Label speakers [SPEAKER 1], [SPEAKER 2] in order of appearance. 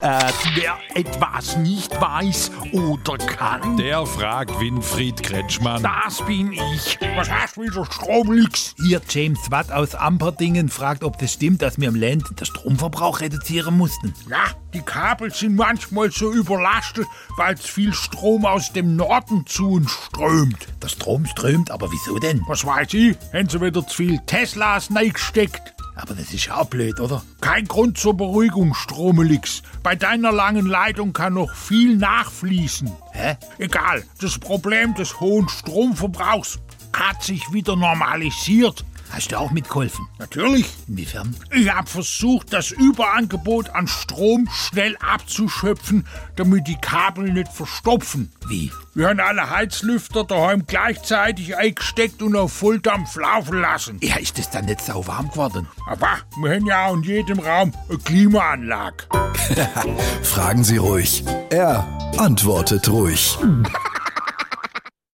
[SPEAKER 1] Äh, wer etwas nicht weiß oder kann,
[SPEAKER 2] Der fragt Winfried Kretschmann.
[SPEAKER 1] das bin ich. Was hast du wieder Strom nix?
[SPEAKER 3] Hier James Watt aus Amperdingen fragt, ob das stimmt, dass wir im Land den Stromverbrauch reduzieren mussten.
[SPEAKER 1] Ja, die Kabel sind manchmal so überlastet, weil es viel Strom aus dem Norden zu uns strömt.
[SPEAKER 3] Der Strom strömt, aber wieso denn?
[SPEAKER 1] Was weiß ich, haben sie wieder zu viel Teslas reingesteckt.
[SPEAKER 3] Aber das ist ja auch blöd, oder?
[SPEAKER 1] Kein Grund zur Beruhigung, Stromelix. Bei deiner langen Leitung kann noch viel nachfließen.
[SPEAKER 3] Hä?
[SPEAKER 1] Egal, das Problem des hohen Stromverbrauchs hat sich wieder normalisiert.
[SPEAKER 3] Hast du auch mitgeholfen?
[SPEAKER 1] Natürlich,
[SPEAKER 3] Inwiefern?
[SPEAKER 1] ich habe versucht, das Überangebot an Strom schnell abzuschöpfen, damit die Kabel nicht verstopfen.
[SPEAKER 3] Wie?
[SPEAKER 1] Wir haben alle Heizlüfter daheim gleichzeitig eingesteckt und auf Volldampf laufen lassen.
[SPEAKER 3] Ja, ist das dann nicht sau warm geworden?
[SPEAKER 1] Aber wir haben ja in jedem Raum eine Klimaanlage.
[SPEAKER 4] Fragen Sie ruhig. Er antwortet ruhig.